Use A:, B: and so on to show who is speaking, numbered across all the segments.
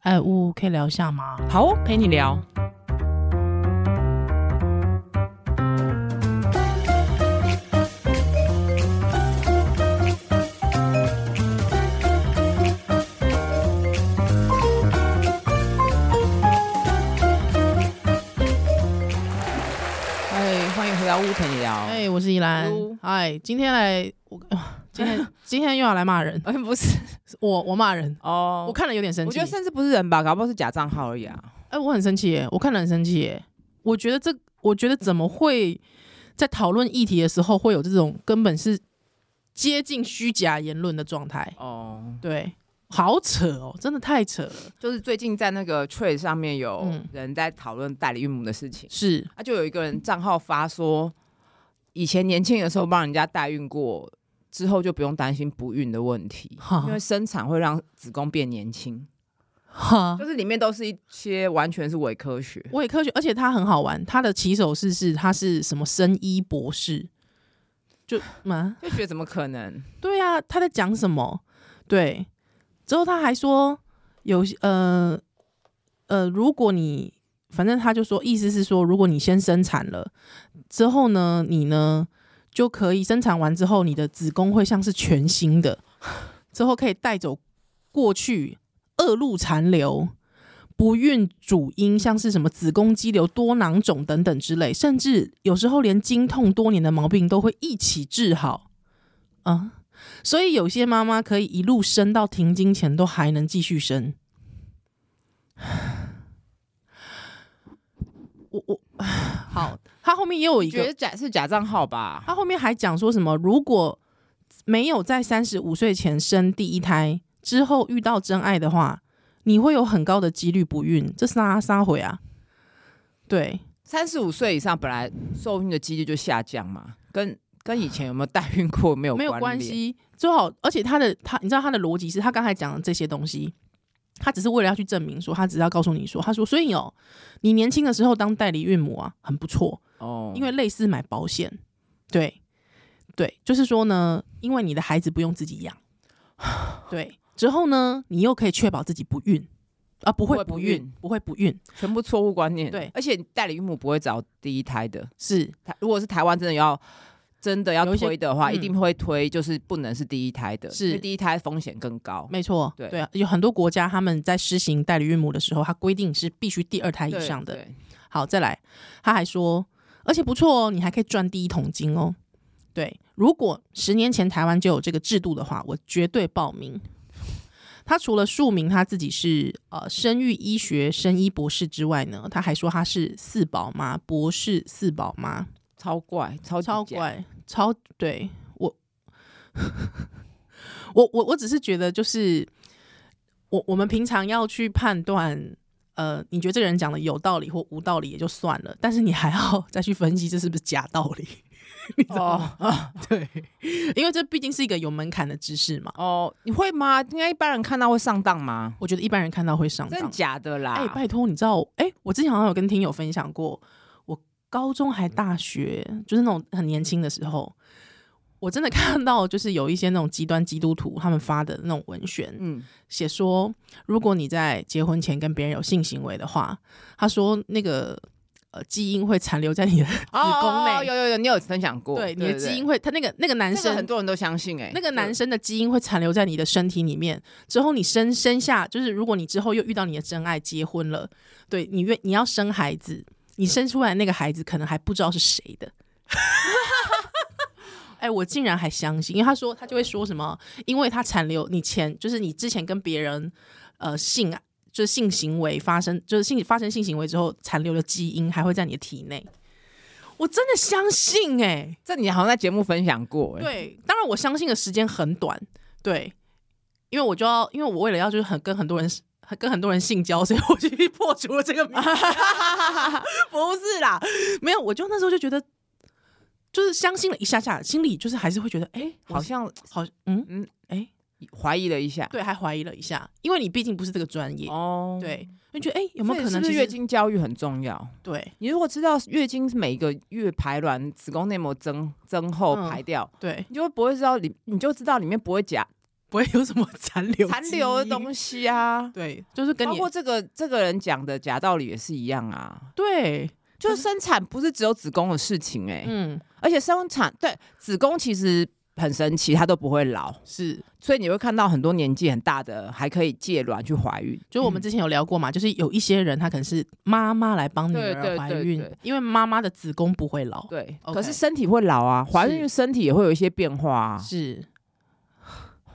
A: 哎，呜，可以聊一下吗？
B: 好哦，陪你聊。嗨，哎欢迎回到屋陪你聊。
A: 哎，我是依兰
B: 呜。
A: 哎，今天来，我 哇今天今天又要来骂人，
B: 哎，不是
A: 我我骂人，
B: 哦，
A: 我看了有点生气。
B: 我觉得甚至不是人吧，搞不好是假账号而已啊。
A: 哎，我很生气耶，我看了很生气耶。我觉得这，我觉得怎么会在讨论议题的时候会有这种根本是接近虚假言论的状态？
B: 哦，
A: 对，好扯哦，真的太扯了。
B: 就是最近在那个 t r a d 上面有
A: 嗯
B: 人在讨论代理孕母的事情，
A: 是，
B: 啊，就有一个人账号发说，以前年轻的时候帮人家代孕过，之后就不用担心不孕的问题，
A: 哈
B: 因为生产会让子宫变年轻，
A: 哈
B: 就，是里面都是一些完全是伪科学。
A: 我也科学，而且他很好玩。他的起手式是他是什么生医博士，就啊嘛，
B: 就觉得怎么可能？
A: 对啊，他在讲什么？对，之后他还说有些呃呃，如果你反正他就说，意思是说，如果你先生产了之后呢，你呢就可以生产完之后，你的子宫会像是全新的，之后可以带走过去恶露残留。不孕主因像是什么子宫肌瘤、多囊肿等等之类，甚至有时候连经痛多年的毛病都会一起治好。啊，所以有些妈妈可以一路生到停经前都还能继续生。我我好，他后面也有一
B: 你觉
A: 个
B: 得，假是假账号吧？
A: 他后面还讲说什么，如果没有在三十五岁前生第一胎，之后遇到真爱的话，你会有很高的几率不孕，这撒撒回啊？对，
B: 三十五岁以上本来受孕的几率就下降嘛，跟跟以前有没有代孕过没有
A: 没有
B: 关
A: 关
B: 联。
A: 系。最好，而且他的他，你知道他的逻辑是他刚才讲的这些东西，他只是为了要去证明说，他只是要告诉你说，他说，所以哦，你年轻的时候当代理孕母啊，很不错，
B: 哦，
A: 因为类似买保险，对对，就是说呢，因为你的孩子不用自己 养，对，之后呢，你又可以确保自己不孕啊，不
B: 不
A: 会
B: 会不
A: 不孕
B: 孕，
A: 不会不孕，
B: 全部错误观念。
A: 对
B: 而且代理孕母不会找第一胎的，
A: 是
B: 台如果是台湾真的要真的要
A: 有一些
B: 推的话，
A: 嗯
B: 一定会推，就是不能是第一胎的，
A: 是
B: 因为第一胎风险更高。
A: 没错，
B: 对
A: 对啊，有很多国家他们在施行代理孕母的时候，它规定是必须第二胎以
B: 对
A: 上的。
B: 对
A: 好，再来，他还说，而且不错哦，你还可以赚第一桶金哦。对，如果十年前台湾就有这个制度的话，我绝对报名。他除了署名他自己是呃生育医学生医博士之外呢，他还说他是四宝妈博士四宝妈，
B: 超怪，超级
A: 超
B: 假。
A: 怪，超对我， 我我我只是觉得就是我我们平常要去判断，呃，你觉得这个人讲的有道理或无道理也就算了，但是你还要 再去分析这是不是假道理， 你知道吗？ 对，因为这毕竟是一个有门槛的知识嘛，
B: 哦，你会吗？应该一般人看到会上当吗？
A: 我觉得一般人看到会上
B: 真的
A: 当。
B: 假的啦？
A: 哎、拜托，你知道，哎、我之前好像有跟听友分享过，我高中还大学，就是那种很年轻的时候，我真的 看到就是有一些那种极端基督徒他们发的那种文宣，
B: 嗯，
A: 写说如果你在结婚前跟别人有性行为的话，他说那个呃基因会残留在你的 子
B: 哦哦
A: 宫
B: 哦
A: 内，
B: 有有有，你有分享过，
A: 对，你的基因
B: 会。
A: 会，他那个那个男
B: 这个
A: 生
B: 很多人都相信哎、
A: 那个男
B: 生
A: 生的基因会残留在你的身体里面，之后你生生下，就是如果你之后又遇到你的真爱结婚了，对你愿你要生孩子，你生出来那个孩子可能还不知道是谁的。 哎、我竟然还相信，因为他说他就会说什么，因为他残留你前就是你之前跟别人呃性就是性行为发生就是性发生性行为之后残留的基因还会在你的体内，我真的相信哎、
B: 这你好像在节目分享过哎、
A: 对，当然我相信的时间很短，对，因为我就要，因为我为了要就是很跟很多人跟很多人性交，所以我就去破除了这个名字。 不是啦，没有，我就那时候就觉得，就是相信了一下下，心里就是还是会觉得，哎、
B: 好像
A: 好，嗯
B: 嗯
A: 嗯，哎、
B: 怀疑了一下
A: 对，还怀疑了一下，因为你毕竟不是这个专业，
B: 哦，
A: 对，就觉得哎、有
B: 有
A: 没有可能其
B: 是不
A: 实
B: 是月经教育很重要？
A: 对
B: 你如果知道月经是每一个月排卵，子宫内膜增增厚
A: 嗯
B: 排掉，
A: 对
B: 你就会不会知道里，你就知道里面不会假
A: 不会 有什么残留
B: 残留的
A: 西。
B: 东西啊。
A: 对，就是跟
B: 包
A: 你
B: 括这个这个人讲的假道理也是一样啊，
A: 对，
B: 就是生产不是只有子宫的事情哎、
A: 嗯，
B: 而且生产对子宫其实很神奇，它都不会老，
A: 是，
B: 所以你会看到很多年纪很大的还可以借卵去怀孕，
A: 就我们之前有聊过嘛，就是有一些人他可能是妈妈来帮女
B: 对对
A: 儿怀
B: 对
A: 孕，
B: 对
A: 因为妈妈的子宫不会老，
B: 对
A: OK
B: 可是身体会老啊，怀孕身体也会有一些变化啊，
A: 是，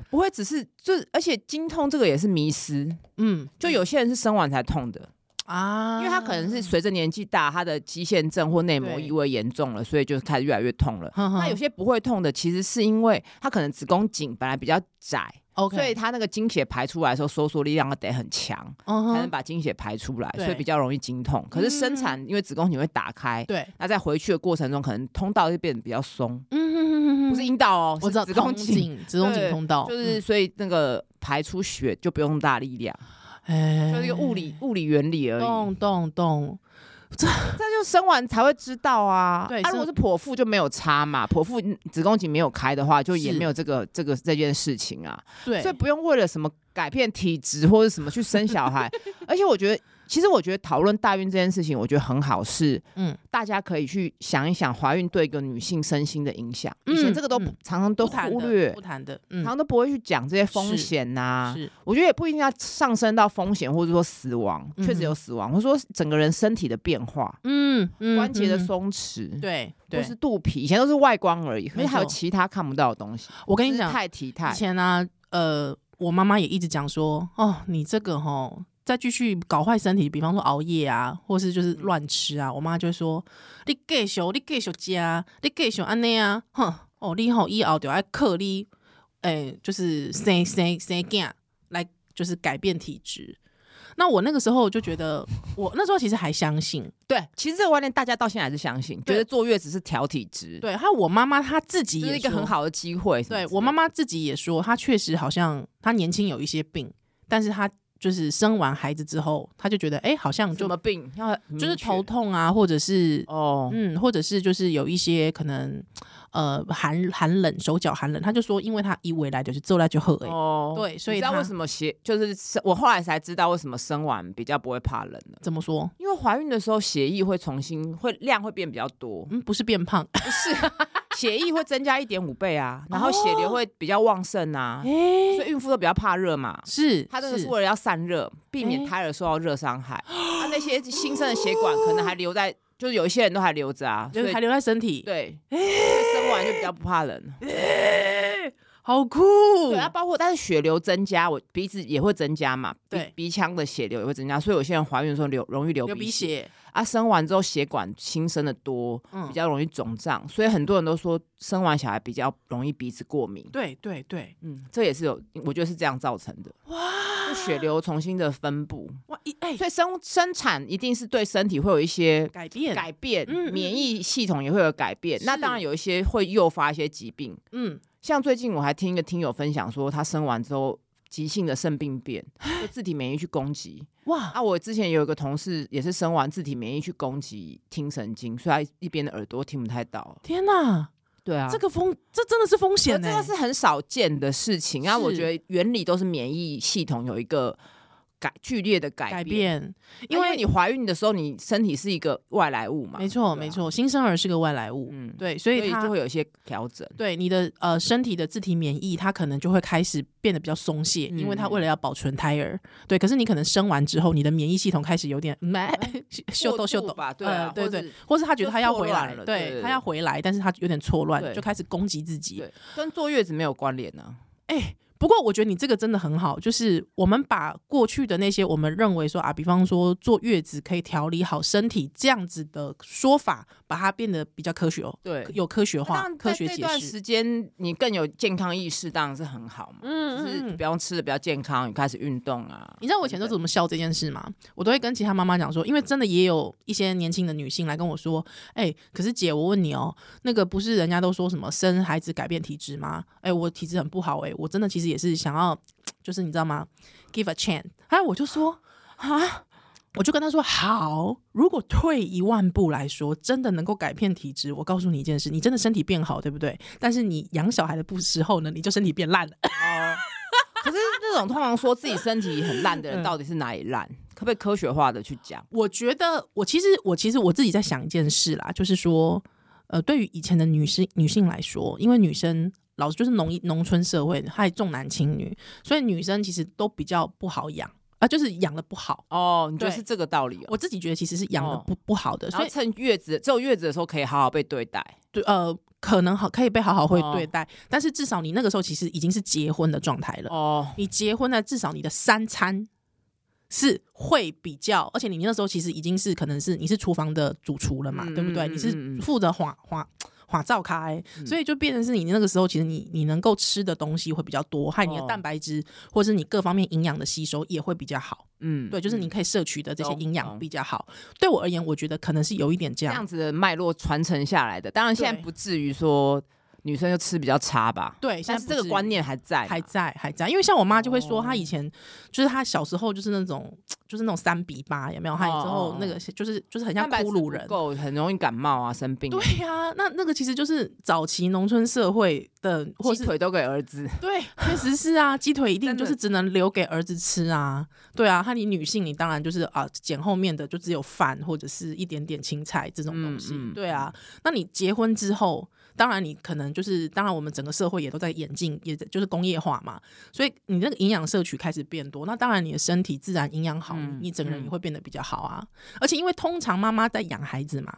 B: 不会只是就是，而且经痛这个也是迷失，
A: 嗯，
B: 就有些人是生完才痛的，
A: 啊，
B: 因为他可能是随着年纪大，他的肌腺症或内膜
A: 对嗯
B: 异位严重了，所以就开始越来越痛了。
A: 哼哼，
B: 那有些不会痛的，其实是因为他可能子宫颈本来比较窄，
A: OK，
B: 所以他那个经血排出来的时候，收缩力量要得很强，
A: 嗯
B: 才
A: 哼
B: 能把经血排出来，
A: 对嗯
B: 所以比较容易经痛。可是生产因为子宫颈会打开，
A: 对，
B: 那在回去的过程中，可能通道就变得比较松，
A: 嗯哼哼哼哼，
B: 不是阴道哦，
A: 我知道
B: 是子宫
A: 通
B: 颈，
A: 子宫颈
B: 对
A: 通道，
B: 就是
A: 嗯
B: 所以那个排出血就不用大力量，
A: 哎，
B: 就是一个物理物理原理而已。
A: 动动动，
B: 那就生完才会知道啊。
A: 对
B: 啊，
A: 生
B: 如果是剖腹就没有差嘛，剖腹嗯子宫颈没有开的话，就也
A: 是
B: 没有这个这个这件事情啊，
A: 对，
B: 所以不用为了什么改变体质或者什么去生 小孩。而且我觉得，其实我觉得讨论代孕这件事情，我觉得很好是，
A: 嗯
B: 大家可以去想一想怀孕对一个女性身心的影响。
A: 嗯
B: 以前这个都不
A: 嗯
B: 常常都
A: 不谈
B: 忽
A: 的
B: 略
A: 不。谈的，
B: 常
A: 嗯，
B: 常都不会去讲这些风险呐、
A: 是
B: 我觉得也不一定要上升到风险，或者说死亡，确实有死亡，或者说整个人身体的变化。
A: 嗯嗯
B: 关节的
A: 嗯
B: 松弛，，
A: 对
B: 或
A: 对，
B: 是肚皮，以前都是外观而已，可
A: 没
B: 是还有
A: 错
B: 其他看不到的东西。
A: 我跟你讲
B: 姿，态体态
A: 以，前呢、呃，我妈妈也一直讲说，哦，你这个吼，再继续搞坏身体，比方说熬夜啊，或是
B: 嗯
A: 就是乱吃啊，我妈就会说，你继续，你继续加，你继续安尼啊，哼，哦，你吼以后就要克你，诶、就是生生生囝来，就是改变体质。那我那个时候就觉得，我那时候其实还相信，
B: 对，其实这个观念大家到现在还是相信，觉
A: 对
B: 得坐月子是调体质，，
A: 对，还有我妈妈她自己
B: 这
A: 也
B: 是一个
A: 说
B: 很好的机会。什么
A: 对
B: 之
A: 我
B: 类
A: 妈妈自己也说，她确实好像她年轻有一些病，但是她就是生完孩子之后，她就觉得哎、诶好像
B: 什
A: 就嗯
B: 么病，要很
A: 就是
B: 明确
A: 头痛啊，或者是
B: 哦，
A: 嗯，或者是就是有一些可能呃寒寒冷，手脚寒冷，她就说，因为她以为来就是做来就喝哎、
B: 哦
A: 对所以
B: 你知道
A: 她
B: 为什么血就是生我后来才知道为什么生完比较不会怕冷了，
A: 怎么说？
B: 因为怀孕的时候血液会重新会量会变比较多，
A: 嗯，不是变胖，
B: 不是血液会增加一点五倍啊，然后血流会比较旺盛啊，
A: 哦哎、
B: 所以孕妇都比较怕热嘛，
A: 是
B: 它这个
A: 是
B: 是为了要散热，避免胎儿受到热伤害。 它、那些新生的血管可能还留在，就是有一些人都还留着啊，所
A: 就是
B: 以
A: 还留在身体，
B: 对，所以生完就比较不怕冷。
A: 哎好酷，
B: 对，
A: 啊
B: 啊它包括但是血流增加，我鼻子也会增加嘛，鼻
A: 对
B: 鼻腔的血流也会增加，所以有些人怀孕的时候流容易流
A: 流鼻
B: 鼻血
A: 血，
B: 啊，生完之后血管新生的多，
A: 嗯
B: 比较容易肿胀，所以很多人都说生完小孩比较容易鼻子过敏。
A: 对对对，
B: 嗯，这也是有，我觉得是这样造成的。哇，血流重新的分布，
A: 哇一哎、
B: 所以生生产一定是对身体会有一些
A: 改变
B: 改变，
A: 嗯嗯
B: 免疫系统也会有改变。
A: 是
B: 那当然有一些会诱发一些疾病，
A: 嗯
B: 像最近我还听一个听友分享说，他生完之后。急性的肾病变，就自体免疫去攻击。
A: 哇
B: 啊，我之前有一个同事也是生完自体免疫去攻击听神经，所以他一边的耳朵听不太到。
A: 天哪，
B: 对啊，
A: 这个风这真的是风险、
B: 可
A: 欸，
B: 这个是很少见的事情啊。
A: 是
B: 我觉得原理都是免疫系统有一个改剧烈的改
A: 改变，
B: 啊因
A: 因
B: 为
A: 为
B: 你怀孕的时候，你身体是一个外来物嘛，
A: 没错
B: 对啊
A: 没，错，新生儿是个外来物，
B: 嗯，
A: 对，所
B: 所
A: 以
B: 以就
A: 它
B: 会有一些调整。
A: 对你的呃身体的自体免疫，它可能就会开始变得比较松懈，因为它
B: 嗯
A: 为了要保存胎儿，对。可是你可能生完之后，你的免疫系统开始有点 没秀
B: 过
A: 逗
B: 度
A: 秀逗
B: 吧对啊
A: 呃对
B: 或者
A: 对，或是他觉得
B: 就
A: 他要
B: 错
A: 回
B: 乱
A: 来
B: 了，对
A: 对
B: 对
A: 他
B: 对
A: 要回来，但是他有点错乱，
B: 对
A: 就开始攻击自己
B: 对。跟坐月子没有关联呢、
A: 哎不过我觉得你这个真的很好，就是我们把过去的那些我们认为说啊，比方说坐月子可以调理好身体这样子的说法，把它变得比较科学哦，
B: 对
A: 有科学
B: 当
A: 化、
B: 然，
A: 科
B: 在
A: 学
B: 这
A: 解
B: 段
A: 释。
B: 时间你更有健康意识，当然是很好嘛。
A: 嗯
B: 就是不用吃的比较健康，你开始运动啊。
A: 你知道我以前都怎么笑这件事吗？我都会跟其他妈妈讲说，因为真的也有一些年轻的女性来跟我说，哎、可是姐，我问你哦、那个不是人家都说什么生孩子改变体质吗？哎、我体质很不好、哎，我真的其实也是想要，就是你知道吗？Give a chance。哎，我就说啊，我就跟她说好，如果退一万步来说，真的能够改变体质，我告诉你一件事，你真的身体变好，对不对？但是你养小孩的不时候呢，你就身体变烂了。
B: 哦，可是那种通常说自己身体很烂的
A: 嗯
B: 人，到底是哪里烂？可不可以科学化的去讲？
A: 我觉得我其实我其实我自己在想一件事啦，就是说，呃，对于以前的女性女性来说，因为女生老就是农农村社会，还重男轻女，所以女生其实都比较不好养啊、就是养的不好。
B: 哦，你觉得
A: 对
B: 是这个道理哦？
A: 我自己觉得其实是养的
B: 哦
A: 不、不好的，
B: 然
A: 所
B: 后
A: 以
B: 趁月子，只有月子的时候可以好好被对待。
A: 对呃，可能好可以被好好会
B: 哦
A: 对待，但是至少你那个时候其实已经是结婚的状态了。
B: 哦，
A: 你结婚了，至少你的三餐是会比较，而且你那时候其实已经是可能是你是厨房的主厨了嘛，
B: 嗯
A: 对不对？
B: 嗯嗯
A: 你
B: 嗯
A: 是
B: 嗯
A: 负责划划划照开，
B: 嗯
A: 所以就变成是你那个时候，其实你你能够吃的东西会比较多，还有你的
B: 哦
A: 蛋白质、或是你各方面营养的吸收也会比较好。
B: 嗯
A: 对，就是你
B: 嗯
A: 可以摄取的这些
B: 懂
A: 营养
B: 懂
A: 比较好。对我而言，我觉得可能是有一点这
B: 这
A: 样
B: 样。子的脉络传承下来的。当然，现在
A: 对
B: 不至于说女生就吃比较差吧，
A: 对，现
B: 但
A: 在
B: 是
A: 不
B: 这个
A: 至于
B: 观念还在嘛，
A: 还在还在，因为像我妈就会说，
B: 哦
A: 她以前就是她小时候就是那种就是那种三比八，有没有？她
B: 哦
A: 之后
B: 哦
A: 那个就是就是很像
B: 蛋白质
A: 骷髅人
B: 不。够很容易感冒啊，生病啊。
A: 对呀、那那个其实就是早期农村社会的，或
B: 鸡
A: 是
B: 腿都给儿子，
A: 对，确实是啊，鸡腿一定
B: 真
A: 就
B: 的
A: 是只能留给儿子吃啊。对啊，和你女性，你当然就是啊，捡后面的就只有饭或者是一点点青菜这种东西。
B: 嗯嗯
A: 对啊，那你结婚之后，当然你可能就是，当然我们整个社会也都在演进，也在就是工业化嘛，所以你那个营养摄取开始变多，那当然你的身体自然营养好，
B: 嗯
A: 你整个人
B: 嗯
A: 也会变得比较好啊。而且因为通常妈妈在养孩子嘛，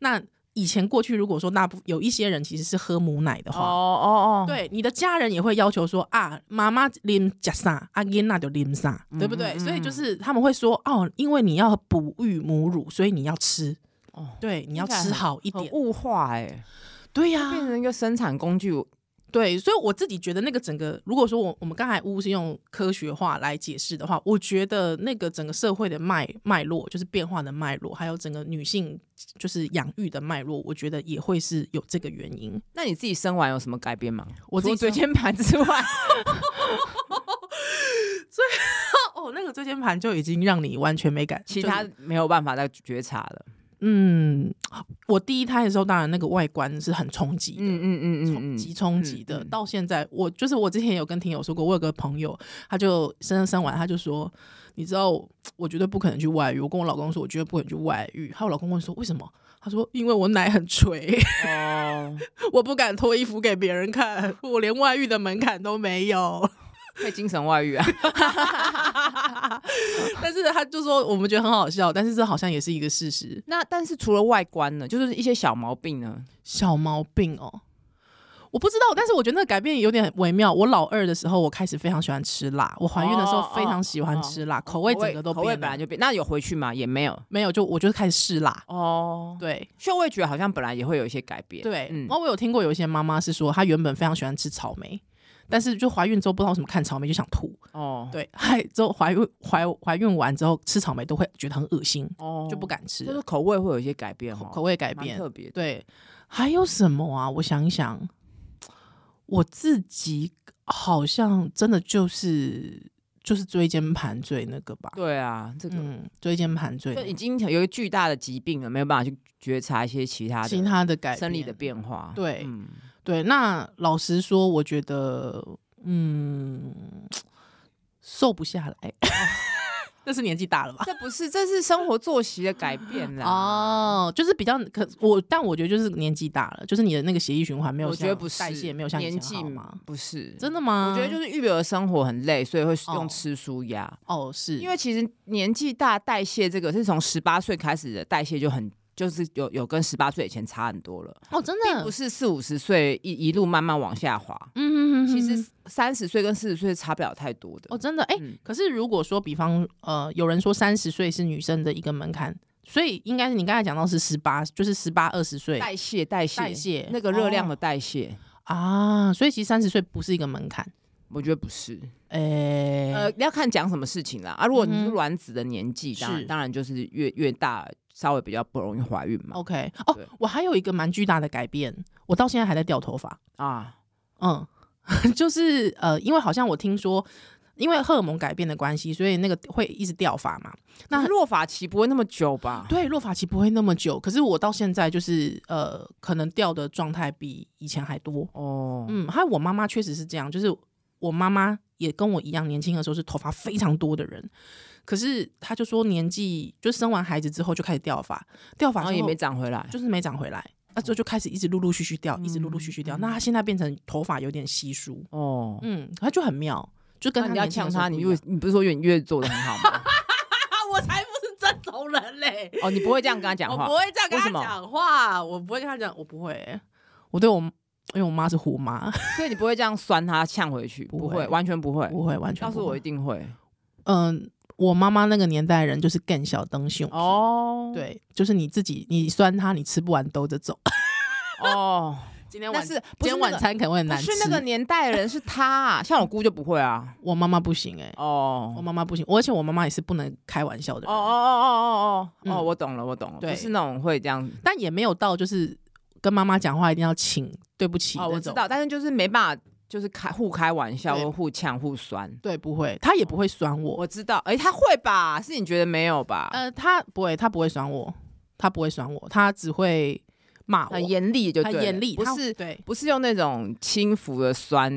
A: 那以前过去如果说大部有一些人其实是喝母奶的话，
B: 哦，
A: 对，你的家人也会要求说啊，妈妈啉加啥，啊囡那就啉啥，对不对？
B: 嗯嗯
A: 所以就是他们会说哦，因为你要哺育母乳，所以你要吃，
B: 哦
A: 对，你要
B: 听起来
A: 吃好一
B: 很
A: 点，
B: 物化哎，
A: 对呀、
B: 变成一个生产工具，
A: 对。所以我自己觉得那个整个，如果说我我们刚才屋是用科学化来解释的话，我觉得那个整个社会的脉脉络，就是变化的脉络，还有整个女性就是养育的脉络，我觉得也会是有这个原因。
B: 那你自己生完有什么改变吗？
A: 我自己
B: 嘴
A: 生
B: 键盘之 外，
A: 哦，那个椎间盘就已经让你完全没感，
B: 其
A: 就
B: 他没有办法再觉察了。
A: 嗯，我第一胎的时候，当然那个外观是很冲击的。
B: 嗯嗯嗯嗯
A: 极冲击的，
B: 嗯嗯
A: 到现在我就是我之前有跟听友说过，我有个朋友，他就生生完他就说，你知道我绝对不可能去外遇，我跟我老公说，我绝对不可能去外遇。还有老公问说为什么？他说因为我奶很垂，
B: 嗯，哦，
A: 我不敢脱衣服给别人看，我连外遇的门槛都没有。
B: 会精神外遇啊？
A: 但是他就说我们觉得很好笑，但是这好像也是一个事实。
B: 那但是除了外观呢，就是一些小毛病呢。
A: 小毛病哦，我不知道，但是我觉得那个改变有点微妙。我老二的时候，我开始非常喜欢吃辣，我怀孕的时候非常喜欢吃
B: 哦
A: 辣，口味整个都
B: 口味
A: 变
B: 本来
A: 了。
B: 就变，那有回去吗？也没有。
A: 没有，就我就开始试辣。
B: 哦，
A: 对
B: 嗅味觉好像本来也会有一些改变。
A: 对，哦
B: 嗯
A: 然后我有听过有一些妈妈是说，她原本非常喜欢吃草莓，但是就怀孕之后不知道为什么看草莓就想吐。
B: 哦，
A: 对， 还之后怀孕怀怀孕完之后吃草莓都会觉得很恶心，
B: 哦
A: 就不，敢吃
B: 就
A: 了，
B: 是口味会有一些改变哦，
A: 口味改变
B: 蛮。特别的。
A: 对，还有什么啊？我想一想，我自己好像真的就是就是椎间盘最那个吧。
B: 对啊，这个
A: 嗯，椎间盘最
B: 就
A: 那
B: 已
A: 个
B: 经有一个巨大的疾病了，没有办法去觉察一些其他
A: 其
B: 的
A: 他的改
B: 生理
A: 变
B: 的变化。
A: 对
B: 嗯
A: 对。那老实说，我觉得嗯，瘦不下来， 那是啊年纪大了吧？
B: 这不是，这是生活作息的改变啦。
A: 哦，就是比较可我，但我觉得就是年纪大了，就是你的那个血液循环没有
B: 我
A: 像，
B: 觉得不是
A: 代谢没有像以
B: 年
A: 前
B: 纪
A: 好吗？
B: 不是，
A: 真的吗？
B: 我觉得就是育儿生活很累，所以会
A: 哦
B: 用吃舒压。
A: 哦，是
B: 因为其实年纪大，代谢这个是从十八岁开始的代谢就很。就是有有跟十八岁以前差很多了，
A: 哦，真
B: 并
A: 的
B: 不是四五十岁一一路慢慢往下滑。
A: 嗯，
B: 其实三十岁跟四十岁差不了太多的
A: 哦，。真的哎、
B: 嗯
A: 可是如果说，比方呃，有人说三十岁是女生的一个门槛，所以应该是你刚才讲到是十八，就是十八二十岁
B: 代谢代谢
A: 代谢
B: 那个热量
A: 哦
B: 的代谢，
A: 啊，所以其实三十岁不是一个门槛，
B: 我觉得不是。
A: 哎、
B: 呃，要看讲什么事情啦。啊，如果你
A: 嗯
B: 是
A: 哼
B: 卵子的年纪，当
A: 是
B: 然当然就是越越大，稍微比较不容易怀孕嘛。
A: o k 哦
B: 对，
A: 我还有一个蛮巨大的改变，我到现在还在掉头发，
B: 啊，
A: 嗯， 就是呃，因为好像我听说。因为荷尔蒙改变的关系，所以那个会一直掉发嘛。那
B: 那落发期不会那么久吧？
A: 对，落发期不会那么久，可是我到现在就是呃，可能掉的状态比以前还多。嗯
B: 哦，
A: 嗯，还有我妈妈确实是这样，就是我妈妈也跟我一样，年轻的时候是头发非常多的人，可是她就说年纪就生完孩子之后就开始掉发，掉发
B: 然后
A: 之
B: 哦也
A: 后
B: 没长回来，
A: 就是没长回来，啊，之后就开始一直陆陆续续掉，一直陆陆续续掉。那她现在变成头发有点稀疏，
B: 哦。
A: 嗯，她就很妙，就跟
B: 那
A: 她
B: 你要
A: 年轻的
B: 呛
A: 时候
B: 他，
A: 不
B: 你
A: 一
B: 又
A: 样
B: 你不是说越越做的很好 吗？
A: 啊，我才不是这种人嘞。
B: 哦，你不会这样跟他讲
A: 我
B: 话
A: 不，会这样跟
B: 为
A: 他
B: 什么
A: 讲话，我不会跟他讲，我不会欸、我对我，因为我妈是虎妈，
B: 所以你不会这样酸他呛回去，不
A: 不会
B: 会，完全不会。
A: 不会完全
B: 要是
A: 不
B: 我一
A: 会。
B: 定会。
A: 嗯、我妈妈那个年代人就是更小灯熊，
B: 哦，，
A: 对，就是你自己你酸它，你吃不完兜着走。
B: 哦，
A: 今天
B: 那
A: 晚
B: 是不
A: 今
B: 是
A: 天
B: 那
A: 晚
B: 个
A: 餐可能会很
B: 不
A: 难吃
B: 是。那个年代的人，是他啊， 像我姑就不会 啊。
A: 我妈妈不行哎、我
B: 哦，
A: 妈妈不行，而且我妈妈也是不能开玩笑的
B: 哦
A: 人，
B: 哦哦哦哦
A: 嗯
B: 哦，我懂了，我懂了，
A: 对
B: 不是那种会这样。
A: 但也没有到就是跟妈妈讲话一定要请对不起
B: 哦，我
A: 那
B: 知
A: 种。
B: 道，但是就是没办法，就是开互开玩笑
A: 对
B: 或互呛互酸。
A: 对，不会，她也不会酸我。
B: 我知道，哎，他会吧？是你觉得没有吧？
A: 呃，她不会，她不会酸我，她不会酸我，她只会骂我。
B: 很严厉就
A: 很
B: 对了，
A: 严厉，
B: 不
A: 他
B: 是
A: 对
B: 不是用那种轻浮的酸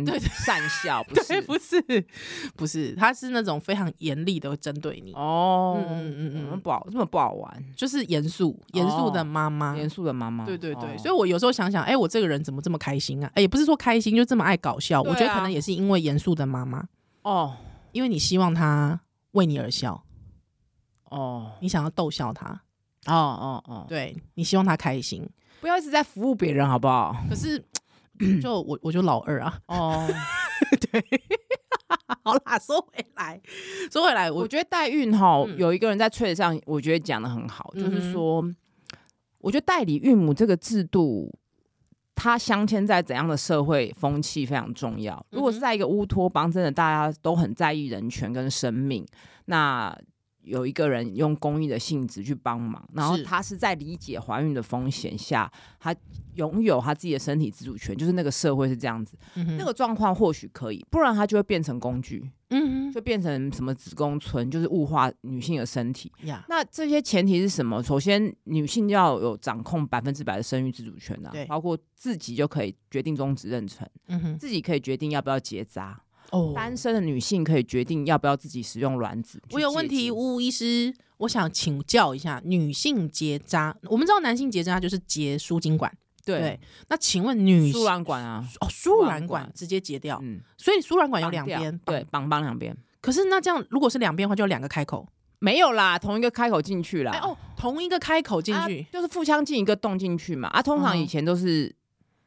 B: 善笑，不
A: 对，
B: 是
A: 不是不是，他是那种非常严厉的针对你，
B: 哦，
A: 嗯嗯嗯嗯
B: 不好，这么不好玩，
A: 就是严肃严肃的妈妈。
B: 哦严肃的妈妈，
A: 啊对对对，
B: 哦
A: 所以我有时候想想，哎、我这个人怎么这么开心啊？哎、也不是说开心，就这么爱搞笑。我觉
B: 对
A: 得可
B: 啊
A: 能也是因为严肃的妈妈，
B: 哦
A: 因为你希望她为你而笑，
B: 哦
A: 你想要逗笑她，
B: 哦哦哦，
A: 对你希望她开心。
B: 不要一直在服务别人好不好？
A: 可是， 就我我就老二啊。
B: 哦，
A: 好啦，说回来，说回来，
B: 我
A: 我
B: 觉得代孕哈，
A: 嗯
B: 有一个人在翠上，我觉得讲的很好，就
A: 嗯
B: 是
A: 哼
B: 说，我觉得代理孕母这个制度。它镶嵌在怎样的社会风气非常重要。如果
A: 嗯
B: 是
A: 哼
B: 在一个乌托邦，真的大家都很在意人权跟生命，那有一个人用公益的性质去帮忙，然后
A: 是
B: 他是在理解怀孕的风险下，他拥有他自己的身体自主权，就是那个社会是这样子。
A: 那
B: 那个状况或许可以，不然它就会变成工具。
A: 嗯哼
B: 就变成什么子宫存，就是物化女性的身体。
A: 呀，
B: 那这些前提是什么？首先，女性要有掌控百分之百的生育自主权啊
A: 对，
B: 包括自己就可以决定终止妊娠，
A: 嗯哼，
B: 自己可以决定要不要结扎。
A: 哦
B: 单身的女性可以决定要不要自己使用卵子。
A: 我有问题，
B: 我
A: 呜呜医师，我想请教一下，女性结扎，我们知道男性结扎就是结输精管，
B: 对
A: 那请问女
B: 输卵管啊，
A: 哦输
B: 输
A: 卵
B: 卵
A: 管
B: 管
A: 直接结掉，
B: 嗯，
A: 所以输卵管有
B: 绑
A: 两
B: 掉
A: 边，
B: 对
A: 绑，
B: 绑绑两边
A: 可是那这样如果是两边的话，就有两个开口，
B: 没有啦，同一个开口进去啦。
A: 哎哦，同一个开口进去、
B: 啊就是腹腔进一个洞进去嘛。啊，通常
A: 嗯
B: 以前都是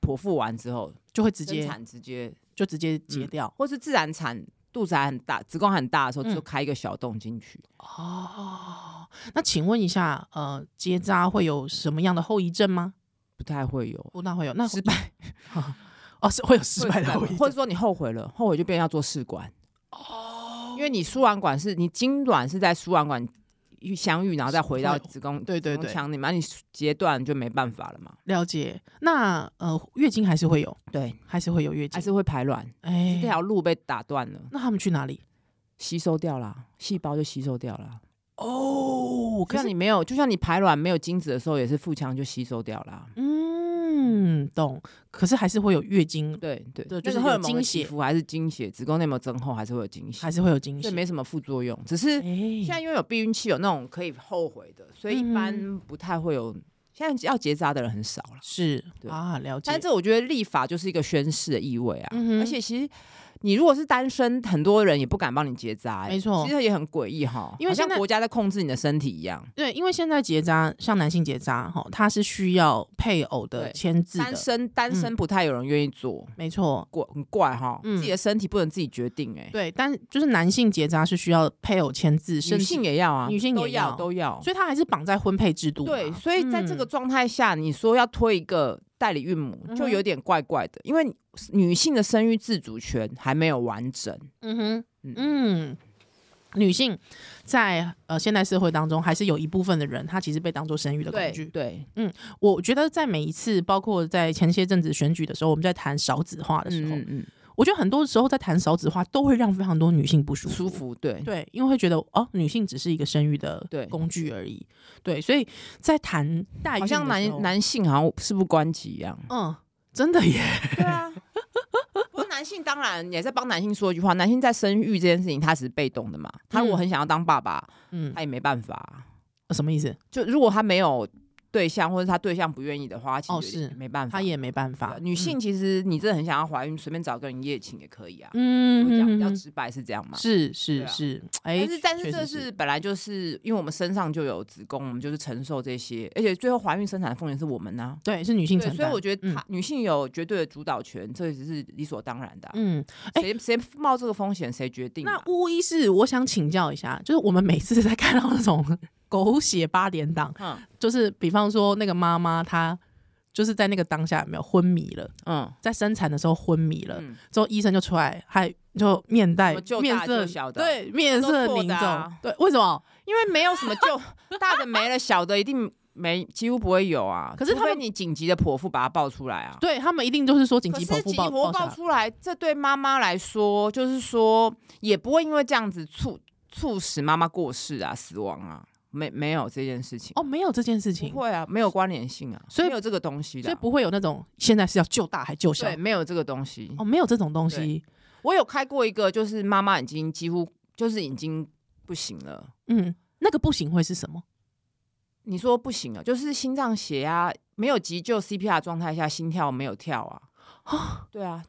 B: 剖腹完之后
A: 就会直
B: 生
A: 接
B: 产直接
A: 就直接结
B: 嗯
A: 掉、
B: 或是自然产肚子还很大、子宫还很大的时候，
A: 嗯
B: 就开一个小洞进去。
A: 哦。那请问一下，呃，结扎会有什么样的后遗症吗？
B: 不太会有
A: 不，那会有，那
B: 失败，
A: 哦，是会有失败的后
B: 会
A: 遗
B: 或
A: 症
B: 者说你后悔了，后悔就变成要做试管，
A: 哦
B: 因为你输卵管是你精卵是在输卵管遇相遇，然后再回到
A: 会
B: 子宫
A: 对对
B: 子宫
A: 对，
B: 腔里嘛，你截断就没办法了嘛。
A: 了解。那呃，月经还是会有，
B: 对，
A: 还是会有月
B: 还
A: 经。
B: 是会排卵，
A: 哎
B: 这条路被打断了，
A: 那他们去哪里？
B: 吸收掉了，细胞就吸收掉了。
A: 哦，
B: 就像你没有，就像你排卵没有精子的时候，也是腹腔就吸收掉了。
A: 嗯，懂。可是还是会有月经，
B: 对对，
A: 对
B: 那
A: 就是
B: 个荷
A: 有
B: 尔蒙
A: 经
B: 的起
A: 血
B: 伏还是经血，子宫内膜增厚还是会有经血
A: 还。是会有经血
B: 对，。没什么副作用，只是
A: 哎
B: 现在因为有避孕器，有那种可以后悔的，所以
A: 嗯
B: 一般不太会有。现在要结扎的人很少了，
A: 是
B: 对
A: 啊，了解。
B: 但是这我觉得立法就是一个宣誓的意味啊，
A: 嗯哼
B: 而且其实你如果是单身，很多人也不敢帮你结扎、欸
A: 没错
B: 其实也很诡异哈，
A: 因为
B: 好像
A: 现在
B: 国家在控制你的身体一样。
A: 对，因为现在结扎，像男性结扎，哈，它是需要配偶的
B: 对
A: 签字
B: 单
A: 的，
B: 身单身不太有人愿意做，
A: 没错。
B: 怪嗯很怪哈，
A: 嗯
B: 自己的身体不能自己决定哎、欸，
A: 对，但就是男性结扎是需要配偶签字，甚
B: 女
A: 至
B: 性，也要啊，
A: 女性也
B: 都
A: 要
B: 都要，
A: 所以他还是绑在婚配制度嘛。
B: 对，所以在这个
A: 嗯
B: 状态下，你说要推一个代理孕母，
A: 嗯
B: 就
A: 哼
B: 有点怪怪的，因为女性的生育自主权还没有完整。
A: 嗯哼，
B: 嗯
A: 嗯，女性在呃现代社会当中，还是有一部分的人，她其实被当做生育的工具。
B: 对，
A: 我觉得在每一次，包括在前些阵子选举的时候，我们在谈少子化的时候，
B: 嗯嗯
A: 我觉得很多时候在谈少子化，都会让非常多女性不舒
B: 嗯，
A: 服。
B: 舒服，对
A: 对，因为会觉得哦，女性只是一个生育的
B: 对
A: 工具而已。对，所以在谈代孕
B: 好
A: 的时候，。
B: 像男男性好像事不关己一样
A: 嗯，真的耶，
B: 对啊，不过男男性当然也在帮男性说一句话，男性在生育这件事情他只是被动的嘛，他如果
A: 嗯
B: 很想要当爸爸，
A: 嗯，
B: 他也没办法啊。
A: 什么意思？
B: 就如果他没有对象，或者他对象不愿意的话，其
A: 哦
B: 实也
A: 是
B: 没办法。
A: 他也没办法嗯
B: 对。女性其实你真的很想要怀孕，随便找个人一夜情也可以啊。
A: 嗯，
B: 我讲
A: 嗯，
B: 比较
A: 嗯嗯
B: 直白是这样嘛？
A: 是
B: 对
A: 是
B: 啊
A: 是，哎
B: 但是，但是
A: 确
B: 这
A: 实
B: 是本来就是因为我们身上就有子宫，我们就是承受这些，而且最后怀孕生产的风险是我们呐、
A: 对，是女性
B: 对，
A: 承
B: 所以
A: 担
B: 我。觉得
A: 嗯
B: 她、女性有绝对的主导权，这只是理所当然的啊、
A: 嗯，哎
B: 谁谁冒这个风险，谁决定嘛？
A: 那巫医是我想请教一下，就是我们每次在看到那种狗血八点档，
B: 嗯
A: 就是比方说那个妈妈她就是在那个当下有没有昏迷了，
B: 嗯
A: 在生产的时候昏迷了，
B: 嗯，
A: 之后医生就出来，还就面带
B: 什么救
A: 面
B: 大
A: 色
B: 救小的
A: 对面色
B: 都错
A: 凝
B: 的
A: 重，
B: 啊
A: 对，为什么？
B: 因为没有什么救大的没了，小的一定没几乎不会有啊。
A: 可是他
B: 除非
A: 们
B: 你紧急的剖腹把它抱出来啊，
A: 对他们一定就是说紧
B: 可
A: 急
B: 是
A: 剖腹
B: 紧急
A: 抱
B: 剖
A: 抱
B: 腹
A: 下
B: 抱
A: 来，
B: 出来，这对妈妈来说就是说也不会因为这样子促促使妈妈过世啊、死亡啊，没没有这件事情。
A: 哦，没有这件事
B: 不
A: 情，
B: 会啊，没有关联性啊，
A: 所以
B: 没有这个东西的
A: 所以
B: 啊、
A: 不会有那种现在是要救大还救小
B: 对，没有这个东西。
A: 哦，没有这种东西，
B: 我有开过一个，就是妈妈已经几乎就是已经不行了。
A: 嗯，那个不行会是什么？
B: 你说不行了，就是心脏血压没有急救 CPR 状态下，心跳没有跳啊。对啊，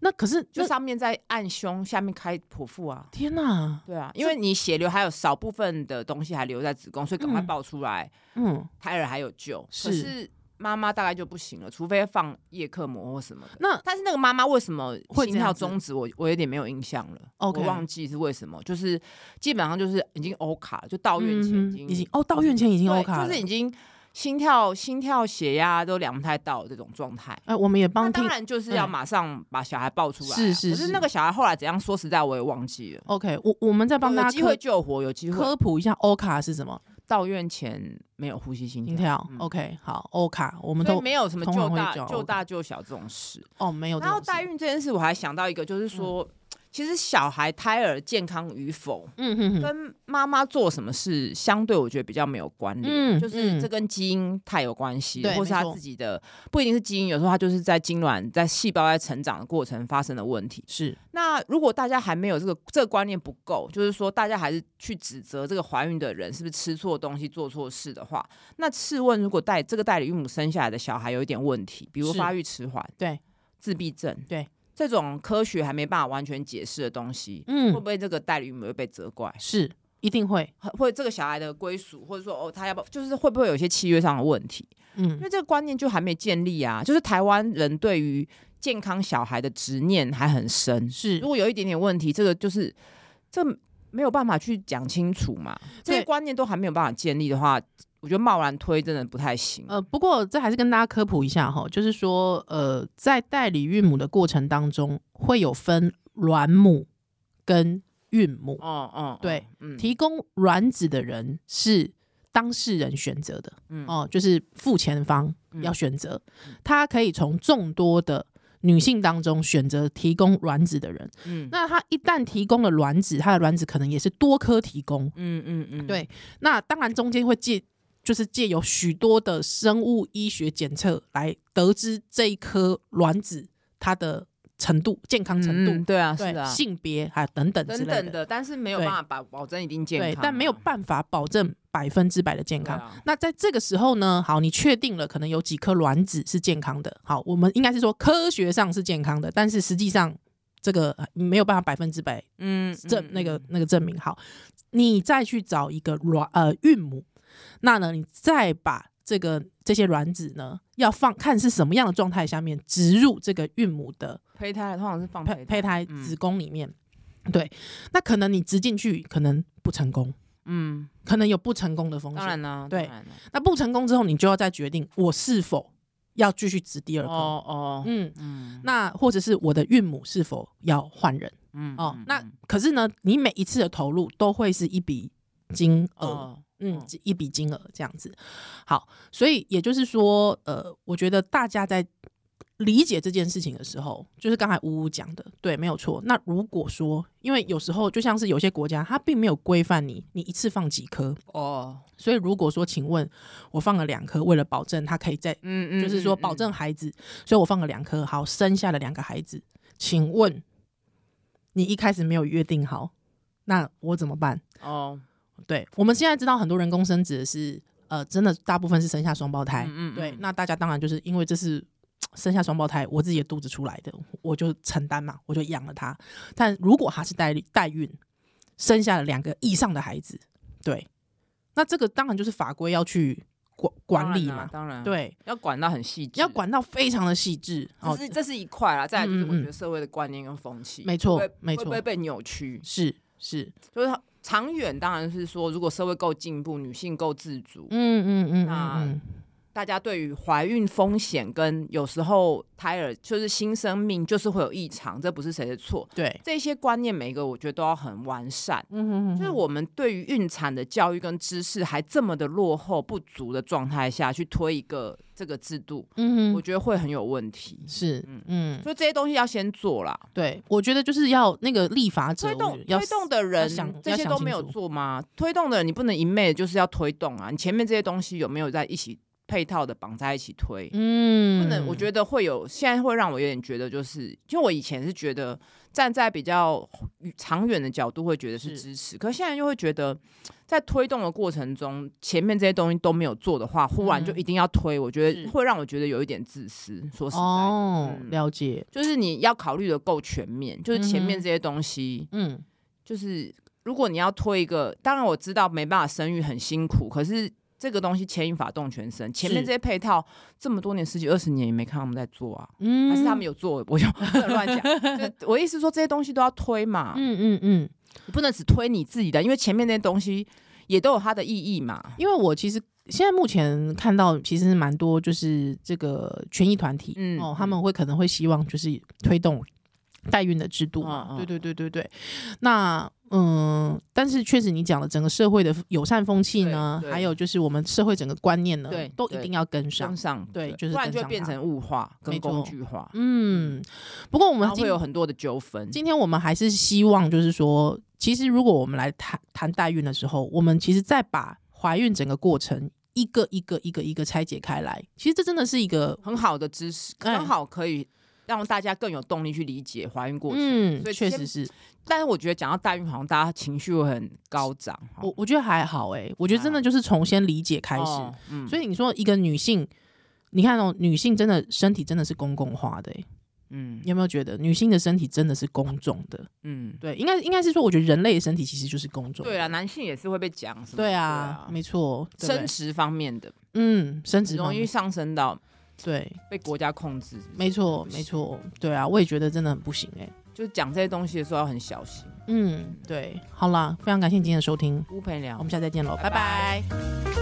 A: 那可是
B: 就
A: 哦那
B: 上面在按胸，下面开剖腹啊。
A: 天哪，
B: 对啊，因为你血流还有少部分的东西还留在子宫，所以赶快
A: 嗯
B: 爆出来，
A: 嗯，
B: 胎儿还有救。可
A: 是
B: 是妈妈大概就不行了，除非放叶克膜或什么的。
A: 那
B: 但是那个妈妈为什么
A: 会
B: 心
A: 这
B: 跳
A: 样子
B: 终止，我我有点没有印象了
A: OK
B: 我忘记是为什么，就是基本上就是已经欧卡了，就到院
A: 嗯
B: 前已
A: 哼
B: 经、
A: 已经哦，到院前已经
B: 对
A: OK 了，
B: 就是已经心跳、心跳、血压都量不太到这种状态。
A: 哎，我们也
B: 那
A: 帮听
B: 当然就是要
A: 嗯
B: 马上把小孩抱出来啊、
A: 是是
B: 可是
A: 是
B: 那个小孩后来怎样？说实在，我也忘记了。
A: OK，我我们再帮大
B: 有
A: 家
B: 机会
A: 科
B: 救活，有机会
A: 科普一下欧卡是什么
B: 到院前没有呼吸心
A: 心
B: 跳，
A: 跳
B: 嗯
A: ，OK，好，欧卡我们
B: 所以
A: 都
B: 没有什么
A: 通常
B: 救
A: 会
B: 大
A: 叫
B: 救大救小这种事。
A: 哦没有这嗯
B: 然后
A: 种事，
B: 代孕这件事，我还想到一个，就是说，其实小孩胎儿健康与否，
A: 嗯哼哼，
B: 跟妈妈做什么事相对，我觉得比较没有关联。
A: 嗯
B: 就是
A: 嗯
B: 这跟基因太有关系，
A: 对
B: 或是他
A: 没错
B: 自己的不一定是基因，有时候他就是在精卵在细胞在成长的过程发生的问题。
A: 是
B: 那如果大家还没有这个这个观念不够，就是说大家还是去指责这个怀孕的人是不是吃错东西、做错事的话，那试问，如果代这个代理孕母生下来的小孩有一点问题，比如
A: 是
B: 发育迟缓、
A: 对
B: 自闭症，
A: 对
B: 这种科学还没办法完全解释的东西，会
A: 嗯
B: 不会这个代理孕母会被责怪，
A: 是一定会，
B: 或者这个小孩的归属，或者说哦，他要不就是会不会有一些契约上的问题？因
A: 嗯
B: 为这个观念就还没建立啊，就是台湾人对于健康小孩的执念还很深，
A: 是
B: 如果有一点点问题，这个就是这没有办法去讲清楚嘛，这些
A: 对
B: 观念都还没有办法建立的话，我觉得贸然推真的不太行。
A: 呃，不过这还是跟大家科普一下哈，就是说，呃，在代理孕母的过程当中，会有分卵母跟孕母。
B: 哦哦，
A: 对，
B: 嗯
A: 提供卵子的人是当事人选择的，
B: 嗯
A: 哦，就是付钱方
B: 嗯
A: 要选择，他可以从众多的女性当中选择提供卵子的人。
B: 嗯
A: 那他一旦提供了卵子，他的卵子可能也是多颗提供，
B: 嗯嗯嗯，
A: 对，那当然中间会借，就是借由许多的生物医学检测来得知这一颗卵子它的程度、健康
B: 嗯
A: 程度、
B: 嗯对啊，是
A: 对
B: 的啊，
A: 性别还有等等之
B: 等
A: 类的，
B: 等的，但是没有
A: 对
B: 办法保保证一定健
A: 对
B: 康，啊，
A: 但没有办法保证百分之百的健
B: 对
A: 康。
B: 啊
A: 那在这个时候呢，好，你确定了可能有几颗卵子是健康的，好，我们应该是说科学上是健康的，但是实际上这个呃没有办法百分之百
B: 嗯
A: 证
B: 嗯
A: 那个
B: 嗯
A: 那个证明好，你再去找一个卵呃孕母，那呢你再把这个这些卵子呢要放看是什么样的状态下面植入这个孕母的
B: 胚胎通常是放
A: 胚胚胎
B: 嗯
A: 子宫里面，对，那可能你植进去可能不成功，
B: 嗯，
A: 可能有不成功的风
B: 当
A: 险。
B: 然啦，
A: 对
B: 当然啦，
A: 那不成功之后，你就要再决定我是否要继续植第二颗，
B: 哦哦，
A: 嗯，
B: 嗯
A: 那或者是我的孕母是否要换人。
B: 嗯
A: 哦
B: 嗯，
A: 那
B: 嗯
A: 可是呢，你每一次的投入都会是一笔金额，
B: 哦
A: 嗯
B: 嗯，
A: 一笔金额这样子。好，所以也就是说，呃，我觉得大家在理解这件事情的时候，就是刚才呜呜讲的，对，没有错。那如果说，因为有时候就像是有些国家，它并没有规范你，你一次放几颗，
B: 哦，
A: 所以如果说，请问我放了两颗，为了保证它可以在
B: 嗯嗯，
A: 就是说
B: 嗯
A: 保
B: 嗯
A: 证孩子，所以我放了两颗，好，生下了两个孩子。请问你一开始没有约定好，那我怎么办？
B: 哦，
A: 对我们现在知道很多人工生殖是呃，真的大部分是生下双胞胎。
B: 嗯
A: 对，那大家当然就是因为这是生下双胞胎，我自己的肚子出来的，我就承担嘛，我就养了他。但如果他是代理代孕，生下了两个以上的孩子，对，那这个当然就是法规要去管管理嘛，
B: 当然啊，当然
A: 对，
B: 要管到很细致，
A: 要。管到非常的细致
B: 这
A: 哦，
B: 是这是一块啦，再来就是我
A: 嗯嗯嗯
B: 觉得社会的观念跟风气，
A: 没错
B: 会不会
A: 没
B: 会
A: 错
B: 不会被扭曲？
A: 是是，
B: 就是它长远当然是说，如果社会够进步，女性够自主，
A: 嗯嗯嗯
B: 那
A: 嗯
B: 大家对于怀孕风险跟有时候胎儿就是新生命就是会有异常，这不是谁的错
A: 嗯，。对，
B: 这些观念每一个我觉得都要很完善。
A: 嗯
B: 就是我们对于孕产的教育跟知识还这么的落后不足的状态下去推一个这个制度，
A: 嗯
B: 我
A: 哼，
B: 觉得会很有问题。
A: 是
B: 嗯
A: 嗯，
B: 所以这些东西要先做啦，
A: 对，我觉得就是要那个立法者
B: 推动
A: 我觉得要
B: 推动的人
A: 想
B: 这些
A: 要想
B: 都没有
A: 清楚
B: 做吗？推动的人你不能一昧地就是要推动啊，你前面这些东西有没有在一起配套的绑在一起推？
A: 嗯，
B: 不能，我觉得会有，现在会让我有点觉得，就是因为我以前是觉得站在比较长远的角度会觉得是
A: 是
B: 支持，可是现在就会觉得，在推动的过程中，前面这些东西都没有做的话，忽然就
A: 嗯
B: 一定要推，我觉得
A: 是
B: 会让我觉得有一点自私。说实在的，
A: 哦，
B: 嗯
A: 了解，
B: 就是你要考虑的够全面，就是前面
A: 嗯哼
B: 这些东西，
A: 嗯，
B: 就是如果你要推一个，当然我知道没办法生育很辛苦，可是。这个东西牵一发动全身，前面
A: 是
B: 这些配套这么多年十几二十年也没看他们在做啊。
A: 嗯
B: 还是他们有做，我就 不能乱讲。就是我意思说，这些东西都要推嘛，
A: 嗯嗯嗯，
B: 你不能只推你自己的，因为前面那些东西也都有它的意义嘛。
A: 因为我其实现在目前看到其实蛮多就是这个权益团体，
B: 嗯
A: 哦，他们会可能会希望就是推动代孕的制度嘛，
B: 嗯嗯
A: 对对对对对，那。嗯，但是确实你讲的整个社会的友善风气呢
B: 对，对
A: 还有就是我们社会整个观念呢
B: 对，
A: 都一
B: 对
A: 定要跟上
B: 向。上
A: 对就是
B: 不然
A: 跟
B: 就
A: 上
B: 变
A: 它
B: 成物化跟
A: 没错
B: 工具化，
A: 嗯，不过我
B: 然
A: 们
B: 后
A: 今
B: 会有很多的纠纷。
A: 今天我们还是希望，就是说，其实如果我们来谈谈代孕的时候，我们其实再把怀孕整个过程一个一个一个一个拆解开来，其实这真的是一个，
B: 很好的知识，
A: 哎
B: 刚好可以让大家更有动力去理解怀孕过程。
A: 嗯
B: 所，以
A: 确
B: 先
A: 实是
B: 但是我觉得讲到代孕，好像大家情绪会很高涨。哈
A: 我我觉得还好哎、我觉得真的就是从先理解开始，
B: 啊哦嗯
A: 所以你说一个女性。你看哦，女性真的身体真的是公共化的、欸，
B: 嗯
A: 你有没有觉得女性的身体真的是公众的？
B: 嗯，
A: 对，应该应该是说，我觉得人类的身体其实就是公众的。
B: 对啊，男性也是会被讲什么？
A: 对啊，没错，对不
B: 生
A: 对
B: 殖方面的
A: 嗯，生殖
B: 很容
A: 方
B: 易
A: 面
B: 上升到
A: 对，
B: 被国家控制，
A: 没错，没错，对啊，我也觉得真的很不行哎、
B: 就是讲这些东西的时候要很小心。
A: 嗯，对，好啦，非常感谢你今天的收听，
B: 乌培
A: 我
B: 良
A: 们，下次再见喽，拜拜
B: 拜